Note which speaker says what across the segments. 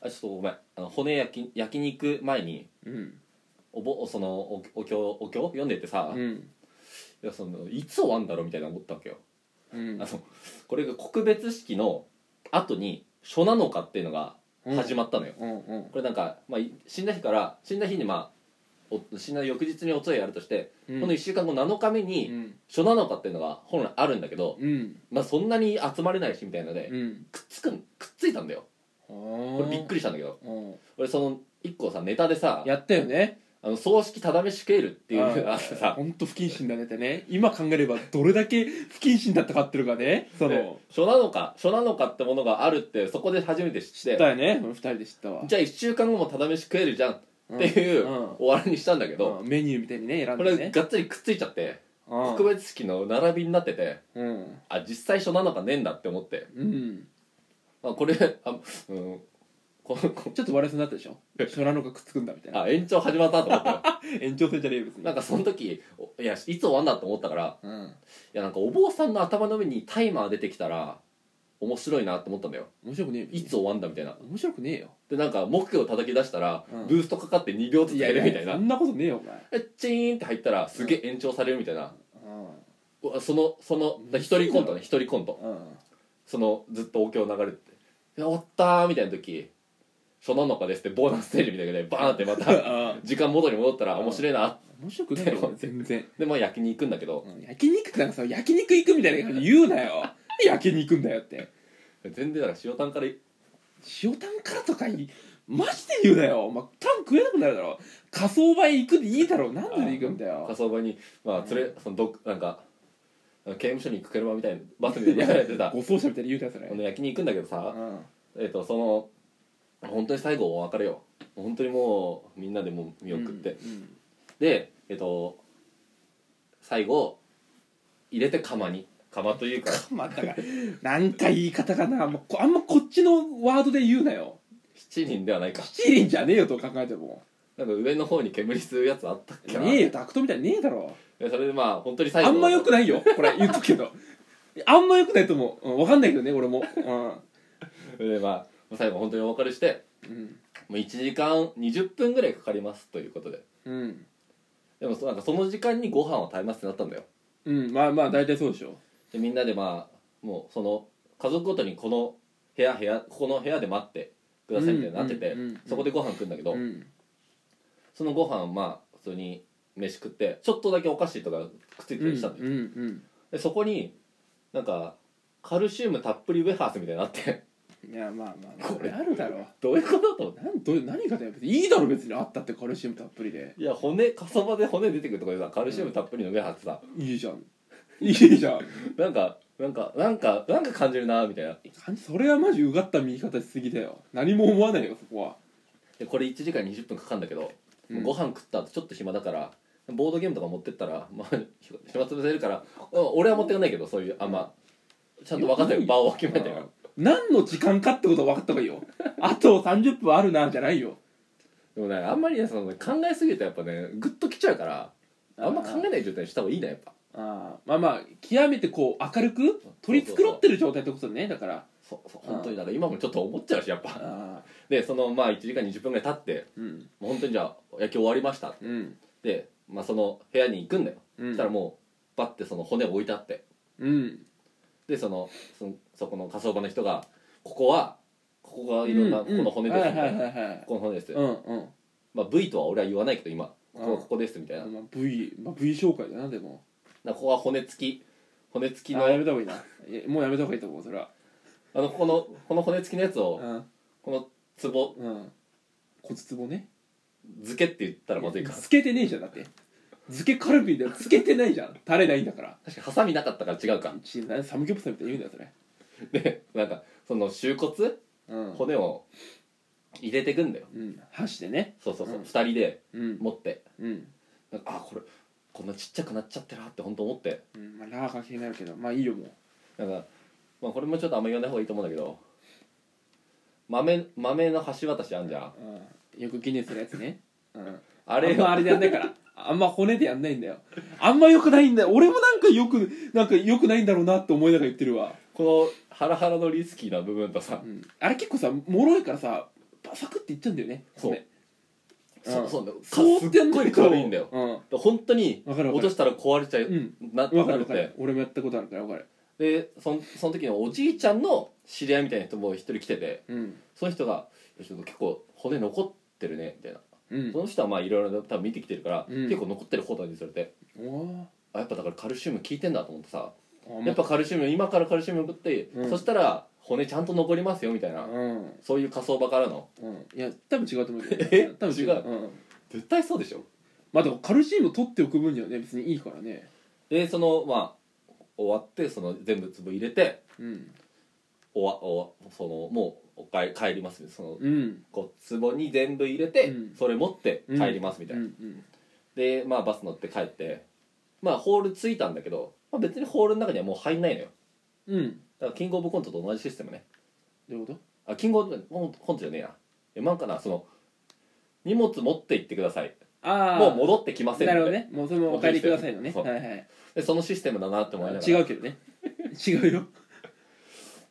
Speaker 1: あちょっとごめんあの骨焼き焼肉前に
Speaker 2: うん
Speaker 1: おぼそのおお経お経読んでてさ、
Speaker 2: う
Speaker 1: い
Speaker 2: ん
Speaker 1: やそのいつ終わんだろうみたいな思ったわけよ、
Speaker 2: うん
Speaker 1: あのこれが告別式の後に初7日っていうのが始まったのよ、
Speaker 2: うんうん
Speaker 1: これなんか、まあ、い死んだ日から死んだ日にまあお死んだ翌日にお通夜やるとして、
Speaker 2: うん
Speaker 1: この1週間後7日目
Speaker 2: う
Speaker 1: に
Speaker 2: ん
Speaker 1: 初7日っていうのが本来あるんだけど、
Speaker 2: うん
Speaker 1: まあ、そんなに集まれないしみたいなので、
Speaker 2: うん
Speaker 1: くっつくんくっついたんだよこ
Speaker 2: こ
Speaker 1: れびっくりしたんだけど
Speaker 2: うん
Speaker 1: 俺その1個さネタでさ
Speaker 2: やったよね
Speaker 1: あの葬式ただめし食えるっていうのがあってさ
Speaker 2: 本当不謹慎だねってね今考えればどれだけ不謹慎だったかっていうのがねそ
Speaker 1: で
Speaker 2: の
Speaker 1: 初7日初7日ってものがあるってそこで初めて知っ
Speaker 2: 知
Speaker 1: て
Speaker 2: ったよね二人で知ったわ
Speaker 1: じゃあ1週間後もただ飯食えるじゃんっ
Speaker 2: うん
Speaker 1: ていう
Speaker 2: うん
Speaker 1: 終わりにしたんだけど、
Speaker 2: うんメニューみたいにね選ん
Speaker 1: こ
Speaker 2: で
Speaker 1: れ
Speaker 2: ね
Speaker 1: がっつりくっついちゃって
Speaker 2: うん
Speaker 1: 特別式の並びになってて
Speaker 2: うん
Speaker 1: あ実際初7日ねえんだって思って
Speaker 2: うん
Speaker 1: あこれあうんここ
Speaker 2: ちょっと笑いそうになったでしょ初ラのがくっつくんだみたいな
Speaker 1: あ延長始まったと思 ったよ
Speaker 2: 延長戦じゃねえよ別に
Speaker 1: なんかその時おいやいつ終わんだと思ったから
Speaker 2: うん
Speaker 1: いやなんかお坊さんの頭の上にタイマー出てきたら面白いなと思ったんだよ
Speaker 2: 面白くねえよ
Speaker 1: いつ終わんだみたいな
Speaker 2: 面白くねえよ
Speaker 1: でなんか目標を叩き出したら、
Speaker 2: うん
Speaker 1: ブーストかかって2秒ずつやるみたいな
Speaker 2: そんなことねえよお前
Speaker 1: えチーンって入ったらすげえ延長されるみたいな、
Speaker 2: うん
Speaker 1: うわそのそのだ一人コントね一人コント
Speaker 2: うん
Speaker 1: そのずっとお経流れててで終わったーみたいな時「初七日です」ってボーナスステージみたいなのでバーンってま た時間元に戻ったら面白いな
Speaker 2: 面白くね えよ全然
Speaker 1: でまあ焼きに行くんだけど
Speaker 2: うん焼肉ってなんかさ焼肉行くみたいな感じで言うなよ 焼肉行くんだよって
Speaker 1: 全然だから塩タンから
Speaker 2: 塩タンからとかいマジで言うなよお前タン食えなくなるだろ火葬場へ行くでいいだろなんで行くんだ
Speaker 1: 火
Speaker 2: よ
Speaker 1: 葬場にまあ連れそのどっなんか刑務所に行く車みたいなバスみたいに流れてた
Speaker 2: ご奏者みたいに言うたやつ
Speaker 1: あ
Speaker 2: ね
Speaker 1: の焼きに行くんだけど
Speaker 2: う
Speaker 1: さ
Speaker 2: ん
Speaker 1: えっとその本当に最後お別れよ本当にもうみんなでもう見送って、
Speaker 2: うん
Speaker 1: でえっと最後入れて釜に釜というか
Speaker 2: まあだからなんか言い方がなもうこあんまこっちのワードで言うなよ
Speaker 1: 7人ではないか
Speaker 2: 七輪じゃねえよと考えても
Speaker 1: なんか上の方に煙吸うやつあったっけな
Speaker 2: ねえよダクトみたいにねえだろ
Speaker 1: でそれでまあ本当に最後
Speaker 2: あんま良く
Speaker 1: ない
Speaker 2: ないよこれ言っとくけどあんま良くないと思う、うん、分かんないけどね俺もう
Speaker 1: でまあ最後本当にお別れして
Speaker 2: んうん
Speaker 1: もう1時間20分ぐらいかかりますということで
Speaker 2: うん
Speaker 1: でもそなんかその時間にご飯を食べますってなったんだよ
Speaker 2: うんまあまあ大体そうでしょ
Speaker 1: でみんなでまあもうその家族ごとにこの部屋部屋ここの部屋で待ってくださいみたいになってて、
Speaker 2: うんうんうんうん
Speaker 1: そこでご飯食うんだけど、
Speaker 2: うん
Speaker 1: そのご飯まあ普通に飯食ってちょっとだけお菓子とかくっついてたりしたんだよ、
Speaker 2: うんうん
Speaker 1: でそこになんかカルシウムたっぷりウェハースみたいになのあって
Speaker 2: うんいやまあまあ
Speaker 1: こ
Speaker 2: こ
Speaker 1: れ
Speaker 2: れあるだろ
Speaker 1: どういうことと思って
Speaker 2: なんどういう何がだよ別にいいだろ別にあったってカルシウムたっぷりで
Speaker 1: いや骨かさばで骨出てくるとこでさカルシウムたっぷりのウェハースさ、
Speaker 2: いいじ ゃんいいじゃん
Speaker 1: なんかなんかなんかなんか感じるなみたいな
Speaker 2: 感じそれはマジうがった見方しすぎだよ何も思わないよそこは
Speaker 1: でこれ1時間20分かかるんだけど、
Speaker 2: うん
Speaker 1: ご飯食った後ちょっと暇だからボードゲームとか持ってったら、 まあ、暇暇潰せるからうん俺は持ってかないけどそういうあんまちゃんと分かったよ
Speaker 2: いや
Speaker 1: 場をわきまえたよ
Speaker 2: 何の時間かってことは分かった方がいい よあと30分あるなじゃないよ
Speaker 1: でもねあんまりねその考えすぎるとやっぱねグッときちゃうからあんま考えない状態にした方がいいねやっぱ
Speaker 2: あーまあまあ極めてこう明るく取り繕ってる状態ってことねだから
Speaker 1: そうそう本当になんか今もちょっと思っちゃうしやっぱ
Speaker 2: あ
Speaker 1: でそのまあ1時間20分ぐらい経って
Speaker 2: ーうん
Speaker 1: もう本当にじゃあ野球終わりました
Speaker 2: うん
Speaker 1: で、まあ、その部屋に行くんだよ、
Speaker 2: うん
Speaker 1: そしたらもうバッてその骨を置いてあって
Speaker 2: うん
Speaker 1: でそのそのそこの火葬場の人が「ここはここがいろんな、
Speaker 2: う
Speaker 1: ここの骨です」
Speaker 2: は
Speaker 1: み
Speaker 2: いは
Speaker 1: た
Speaker 2: い
Speaker 1: い
Speaker 2: は
Speaker 1: な「
Speaker 2: いはい
Speaker 1: ここの骨です」
Speaker 2: うんうん
Speaker 1: まあ、V とは俺は言わないけど今「ここ
Speaker 2: う
Speaker 1: は
Speaker 2: ん
Speaker 1: ここです」みたいな,、
Speaker 2: まあ、V、まあ、V 紹介だなでも
Speaker 1: なここは骨付き骨付きの
Speaker 2: あ
Speaker 1: あ
Speaker 2: やめた方がいいないやもうやめた方がいいと思うそれは
Speaker 1: のここのこの骨付きのやつを
Speaker 2: うん
Speaker 1: この壺
Speaker 2: うん骨壺ね
Speaker 1: 漬けって言ったらまずいか
Speaker 2: つけてねえじゃんだって漬けカルビでつけてないじゃんタレないんだから
Speaker 1: 確かハサミなかったから違うか
Speaker 2: ちなサムギョプサルみたいに言うんだよ
Speaker 1: でなんかその収骨
Speaker 2: それうん
Speaker 1: 骨を入れてくんだよ
Speaker 2: うん箸でね
Speaker 1: そうそうそう、
Speaker 2: うん
Speaker 1: 二人で
Speaker 2: うん
Speaker 1: 持って
Speaker 2: うん、
Speaker 1: なんかあこれこんなちっちゃくなっちゃってるなって本当思って
Speaker 2: うん、まあラーが気になるけどまあいいよもう
Speaker 1: なんか、まあ、これもちょっとあんま言わない方がいいと思うんだけど豆豆の橋渡しあんじゃん
Speaker 2: うんよく記念するやつね、うん、
Speaker 1: あ
Speaker 2: あれ
Speaker 1: れ
Speaker 2: はあ
Speaker 1: は
Speaker 2: れでやんないからあんま骨でやんないんだよあんまよくないんだよ俺もなんかよくなんかよくないんだろうなって思いながら言ってるわ
Speaker 1: このハラハラのリスキーな部分とさ
Speaker 2: うんあれ結構さ脆いからさパサクっていっちゃうんだよね
Speaker 1: そう
Speaker 2: ね
Speaker 1: そううんそうなんだよ
Speaker 2: そう
Speaker 1: す
Speaker 2: や
Speaker 1: っ
Speaker 2: ってんの
Speaker 1: ごい軽いんだよ
Speaker 2: うん
Speaker 1: 本当に
Speaker 2: わかるわ
Speaker 1: 落
Speaker 2: か
Speaker 1: と
Speaker 2: る
Speaker 1: したら壊れちゃ
Speaker 2: う
Speaker 1: うんな
Speaker 2: わか
Speaker 1: な
Speaker 2: る
Speaker 1: る
Speaker 2: わ
Speaker 1: っ
Speaker 2: かる
Speaker 1: て
Speaker 2: 俺もやったことあるからわかる
Speaker 1: でそんその時のおじいちゃんの知り合いみたいな人も一人来てて
Speaker 2: うん
Speaker 1: その人がいやちょっと結構骨残ってるねみたいな
Speaker 2: うん
Speaker 1: その人はまあいろいろ多分見てきてるから、
Speaker 2: うん
Speaker 1: 結構残ってる方だにされて
Speaker 2: お
Speaker 1: あやっぱだからカルシウム効いてんだと思ってさ
Speaker 2: ー
Speaker 1: やっぱカルシウム今からカルシウム食って、
Speaker 2: うん
Speaker 1: そしたら骨ちゃんと残りますよみたいな、
Speaker 2: うん
Speaker 1: そういう火葬場からの
Speaker 2: うんいや多分違うと思うけど
Speaker 1: え
Speaker 2: 多分違う、
Speaker 1: 違うん絶対そうでしょ
Speaker 2: まあでもカルシウム取っておく分にはね別にいいからね
Speaker 1: でそのまあ終わってその全部粒入れて
Speaker 2: うん
Speaker 1: おわおわそのもうおかえ帰りますその
Speaker 2: うん
Speaker 1: こう壺に全部入れて、
Speaker 2: うん
Speaker 1: それ持って帰りますみたいな、
Speaker 2: うん
Speaker 1: でまあバス乗って帰ってまあホール着いたんだけど、まあ、別にホールの中にはもう入んないのよ
Speaker 2: うんうん
Speaker 1: だからキングオブコントと同じシステムね
Speaker 2: どういうこ
Speaker 1: あキングオブコントじゃねえやえなんかなその荷物持って行ってください
Speaker 2: とああ
Speaker 1: もう戻ってきません
Speaker 2: な
Speaker 1: み
Speaker 2: る
Speaker 1: たい
Speaker 2: ほどねもうそのお帰りくださいのね
Speaker 1: そう
Speaker 2: はいはい
Speaker 1: でそのシステムだなって思いながら
Speaker 2: 違うけ どね違うよ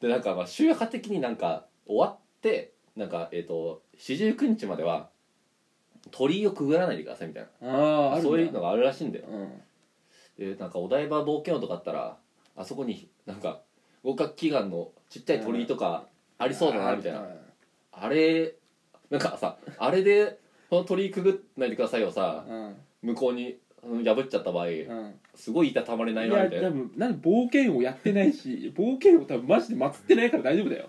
Speaker 1: でなんかまあ宗派的になんか終わってなんかえっ、と四十九日までは鳥居をくぐらないでくださいみたいな
Speaker 2: あああるんだ
Speaker 1: そういうのがあるらしいんだよ
Speaker 2: うん
Speaker 1: でなんかお台場冒険王とかあったらあそこになんか合格祈願のちっちゃい鳥居とかありそうだなみたいなあれなんかさあれでこの鳥居くぐらないでくださいをさ
Speaker 2: うん
Speaker 1: 向こうにあの破っちゃった場合
Speaker 2: うん
Speaker 1: すごい痛たまれない
Speaker 2: い
Speaker 1: な
Speaker 2: や
Speaker 1: みたいな
Speaker 2: 多分なん冒険をやってないし冒険を多分マジで祀ってないから大丈夫だよ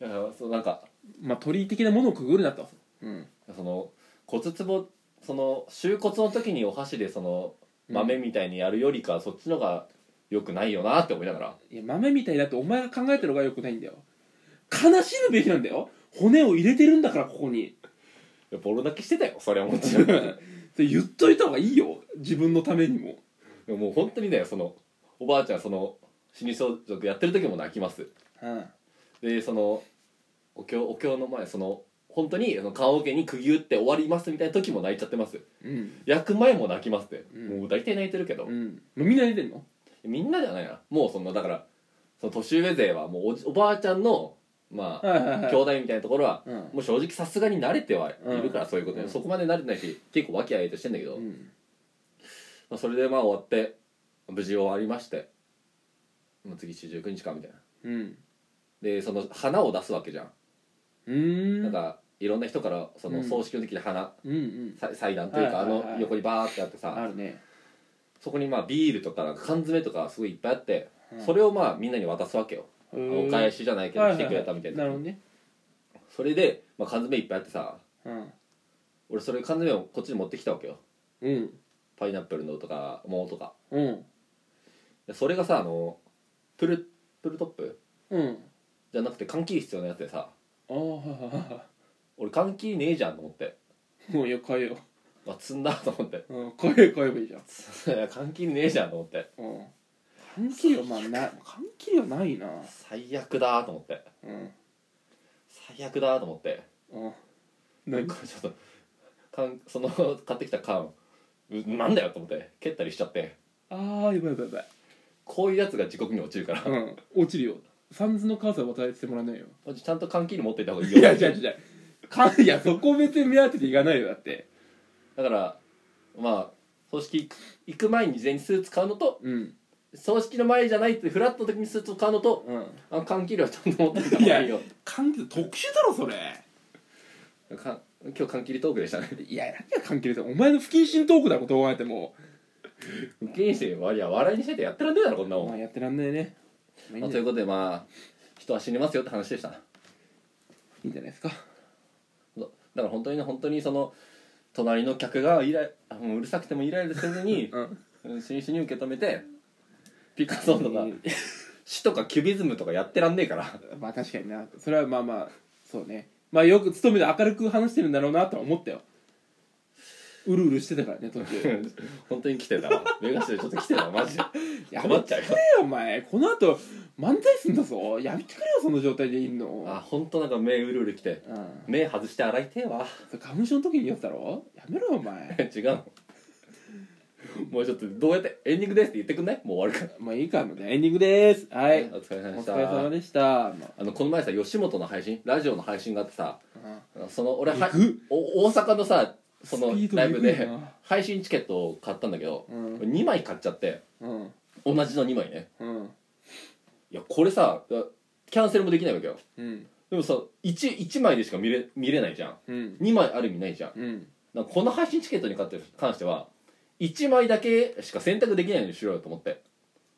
Speaker 1: いやそうなんか
Speaker 2: まあ鳥居的なものをくぐるなとうん
Speaker 1: その骨壺その収骨の時にお箸でその豆みたいにやるよりか、そっちのが良くないよなって思いながら
Speaker 2: いや豆みたいだってお前が考えてるのがよくないんだよ悲しむべきなんだよ骨を入れてるんだからここに
Speaker 1: いやボロ泣きしてたよそれはもち
Speaker 2: そ
Speaker 1: ろ んで
Speaker 2: れ言っといた方がいいよ自分のためにも
Speaker 1: ももう本当にねそのおばあちゃんその死に相続やってる時も泣きます
Speaker 2: うん
Speaker 1: でそのお経お経の前その本当にあの棺桶に釘打って終わりますみたいな時も泣いちゃってます
Speaker 2: うん
Speaker 1: 焼く前も泣きますって、
Speaker 2: うん
Speaker 1: もう大体泣いてるけど、
Speaker 2: うんみんな出てんの
Speaker 1: みんなではないなもうそのだからその年上勢はもうおじおばあちゃんのまあ
Speaker 2: はいはいはい
Speaker 1: 兄弟みたいなところは
Speaker 2: うん
Speaker 1: もう正直さすがに慣れてはいるからそういうことに、
Speaker 2: うん
Speaker 1: そこまで慣れてないし結構和気あいあいとしてんだけど、
Speaker 2: うん
Speaker 1: まあ、それでまあ終わって無事終わりましてもう次49日かみたいな
Speaker 2: うん
Speaker 1: でその花を出すわけじゃん、
Speaker 2: うーん
Speaker 1: なんかいろんな人からそうの
Speaker 2: ん
Speaker 1: 葬式の時に花、
Speaker 2: うんうん
Speaker 1: さ祭壇というか、
Speaker 2: はいはいはい
Speaker 1: あの横にバーってあってさ
Speaker 2: あるね
Speaker 1: そこにまあビールとかなんか缶詰とかすごいいっぱいあって、
Speaker 2: うん
Speaker 1: それをまあみんなに渡すわけよ、お返
Speaker 2: し
Speaker 1: しじゃないけど来てくれたみたいな、
Speaker 2: なるほどね
Speaker 1: それで、まあ、缶詰いっぱいあってさ
Speaker 2: うん
Speaker 1: 俺それ缶詰をこっちに持ってきたわけよ
Speaker 2: うん
Speaker 1: パイナップルのとか桃とか
Speaker 2: うん
Speaker 1: でそれがさあのプルプルトップ
Speaker 2: うん
Speaker 1: じゃなくて缶切り必要なやつでさ
Speaker 2: ああはいはいは
Speaker 1: 俺缶切りねえじゃんと思って
Speaker 2: いもういや変えよ
Speaker 1: あ積んだと思って
Speaker 2: う、うん、変え変えばいいじゃん
Speaker 1: いや缶切りねえじゃんと思って
Speaker 2: うん缶切りはまあな缶切りはないな
Speaker 1: 最悪だと思って
Speaker 2: うん
Speaker 1: 最悪だと思って
Speaker 2: うん
Speaker 1: なん
Speaker 2: 何
Speaker 1: かちょっと缶その買ってきた缶うなんだよと思って蹴ったりしちゃって
Speaker 2: ああやばいやばいやばい
Speaker 1: こういうやつが地獄に落ちるから
Speaker 2: うん落ちるよサンズの母さん渡れてもらわないよ
Speaker 1: ちゃんと缶切り持っていた方がいいよ
Speaker 2: いや違う違う違うかいやそこ別に目当てでいかないよだって
Speaker 1: だからまあ葬式行く前に事前にスーツ買うのと
Speaker 2: うん
Speaker 1: 葬式の前じゃないってフラットの時にスーツを買うのと
Speaker 2: うん
Speaker 1: あの缶切りはちゃんと持ってきた方がいいよ
Speaker 2: 缶切り特殊だろそれ
Speaker 1: か今日缶切りトークでしたね
Speaker 2: いや何が関係ないお前の不謹慎トークだろどうやっても
Speaker 1: 受け入れて割は笑いにしててやってらんねえだろこんなもん、
Speaker 2: まあやってらんないねまあいい
Speaker 1: まあ
Speaker 2: ん
Speaker 1: と
Speaker 2: じ
Speaker 1: い
Speaker 2: ゃ
Speaker 1: うことでまあ人は死にますよって話でした
Speaker 2: いいんじゃないですか
Speaker 1: だから本当にね本当にその隣の客がイライもううるさくてもイライラせずに
Speaker 2: うん
Speaker 1: 真摯に受け止めてピカソとか詩とかキュビズムとかやってらんねえから
Speaker 2: まあ確かになそれはまあまあそうねまあよく勤めで明るく話してるんだろうなとは思ったようるうるしてたからね途中
Speaker 1: 本当に来てたわ目頭ちょっと来てたわマジで
Speaker 2: やめ
Speaker 1: 困ってちゃうよ
Speaker 2: くれよお前この後漫才すんだぞやめてくれよその状態でいんの
Speaker 1: あ本当なんか目うるうる来て
Speaker 2: うん
Speaker 1: 目外して洗いてえわ
Speaker 2: それ花粉症の時に言うやつだろやめろよお前
Speaker 1: 違うのもうちょっとどうやってエンディングですって言ってくんないもう終わるか
Speaker 2: まあいいかもねエンディングですは
Speaker 1: ら
Speaker 2: い
Speaker 1: お疲れ様
Speaker 2: お
Speaker 1: でし
Speaker 2: 疲れ様
Speaker 1: た
Speaker 2: でした、ま
Speaker 1: あのこの前さ吉本の配信ラジオの配信があってさ
Speaker 2: あ、
Speaker 1: その俺は
Speaker 2: えぐ
Speaker 1: お大阪のさその
Speaker 2: スピード
Speaker 1: ライブ
Speaker 2: えぐい
Speaker 1: で
Speaker 2: な
Speaker 1: 配信チケットを買ったんだけど、
Speaker 2: うん
Speaker 1: 2枚買っちゃって
Speaker 2: うん
Speaker 1: 同じの2枚ね
Speaker 2: うん
Speaker 1: いやこれさキャンセルもできないわけよ
Speaker 2: うん
Speaker 1: でもさ 1, 1枚でしか見れ見れないじゃん
Speaker 2: うん
Speaker 1: 2枚ある意味ないじゃん
Speaker 2: うん
Speaker 1: なんかこの配信チケットに関しては1枚だけしか選択できないようにしろよと思って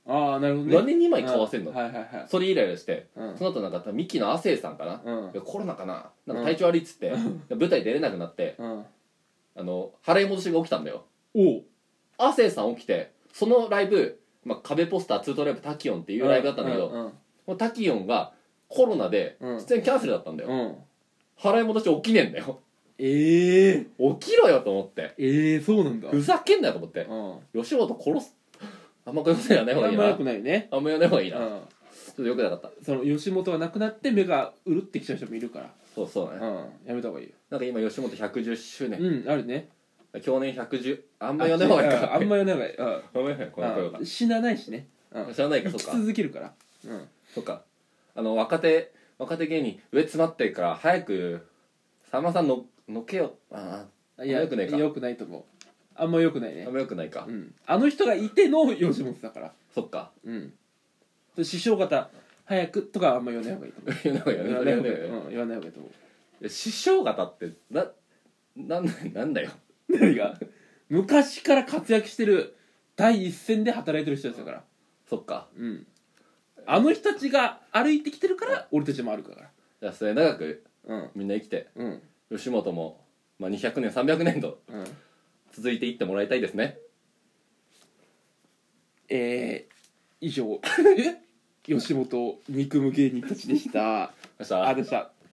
Speaker 2: ああなるほどね
Speaker 1: なんで2枚買わせんの
Speaker 2: はいはいはい
Speaker 1: それイライラして
Speaker 2: うん
Speaker 1: その後なんかミキの亜生さんかな、
Speaker 2: う
Speaker 1: い
Speaker 2: ん
Speaker 1: やコロナかななんか体調悪いっつって、舞台出れなくなって
Speaker 2: うん
Speaker 1: あの払い戻しが起きたんだよ
Speaker 2: おう
Speaker 1: 亜生さん起きてそのライブ、まあ、壁ポスターツートライブタキオンっていうライブだったんだけど、
Speaker 2: うんうん
Speaker 1: もうタキオンがコロナで
Speaker 2: うん
Speaker 1: 出演キャンセルだったんだよ、
Speaker 2: うん
Speaker 1: 払い戻し起きねえんだよ
Speaker 2: ええ
Speaker 1: 起きろよと思って
Speaker 2: ええそうなんだ
Speaker 1: ふざけんなよと思って
Speaker 2: うん
Speaker 1: 吉本殺すあんまこういうことやらない方が
Speaker 2: あ
Speaker 1: い
Speaker 2: ん
Speaker 1: い
Speaker 2: ま
Speaker 1: な
Speaker 2: 良くないね
Speaker 1: あんまやらない方がいいうな、ちょ
Speaker 2: ん
Speaker 1: っとよくなかった
Speaker 2: その吉本がなくなって目がうるってきちゃう人もいるから
Speaker 1: そうそうだね、
Speaker 2: うんやめた方がいいよ
Speaker 1: なんか今吉本110周年、
Speaker 2: うんあるね
Speaker 1: 去年110あ
Speaker 2: あ
Speaker 1: んまやらない方がいいか
Speaker 2: あん
Speaker 1: ま
Speaker 2: まやめない方がいい
Speaker 1: あんまやらない方がいいこの声が
Speaker 2: うん死なないしねうん
Speaker 1: 知らないか
Speaker 2: 生
Speaker 1: そっ
Speaker 2: き
Speaker 1: か
Speaker 2: 続けるからうん
Speaker 1: そっかあの若手若手芸人上詰まってるから早くさんまさんののけよあ
Speaker 2: いや
Speaker 1: 良くないか
Speaker 2: 良くないと思うあんま良くない
Speaker 1: あ
Speaker 2: ね
Speaker 1: あんまよくないか、
Speaker 2: うんあの人がいての吉本だから
Speaker 1: そっか
Speaker 2: うん師匠方早くとかはあんま言わない方がいいと思う
Speaker 1: 言わない方がいい
Speaker 2: 言わ
Speaker 1: よね
Speaker 2: ない
Speaker 1: 言
Speaker 2: 方
Speaker 1: わ
Speaker 2: が
Speaker 1: ない方がいいよね
Speaker 2: いうん言わない方がいいと思う
Speaker 1: 師匠方ってななんだなんだよ
Speaker 2: 何が昔から活躍してる第一線で働いてる人ですから
Speaker 1: そっか
Speaker 2: うんあの人たちが歩いてきてるから俺たちも歩くから
Speaker 1: じゃあ末長く
Speaker 2: うん
Speaker 1: みんな生きて
Speaker 2: うん
Speaker 1: 吉本も、まあ、200年300年と
Speaker 2: うん
Speaker 1: 続いていってもらいたいですね
Speaker 2: えー、 以上吉本憎む芸人たちでした
Speaker 1: 明日
Speaker 2: あでした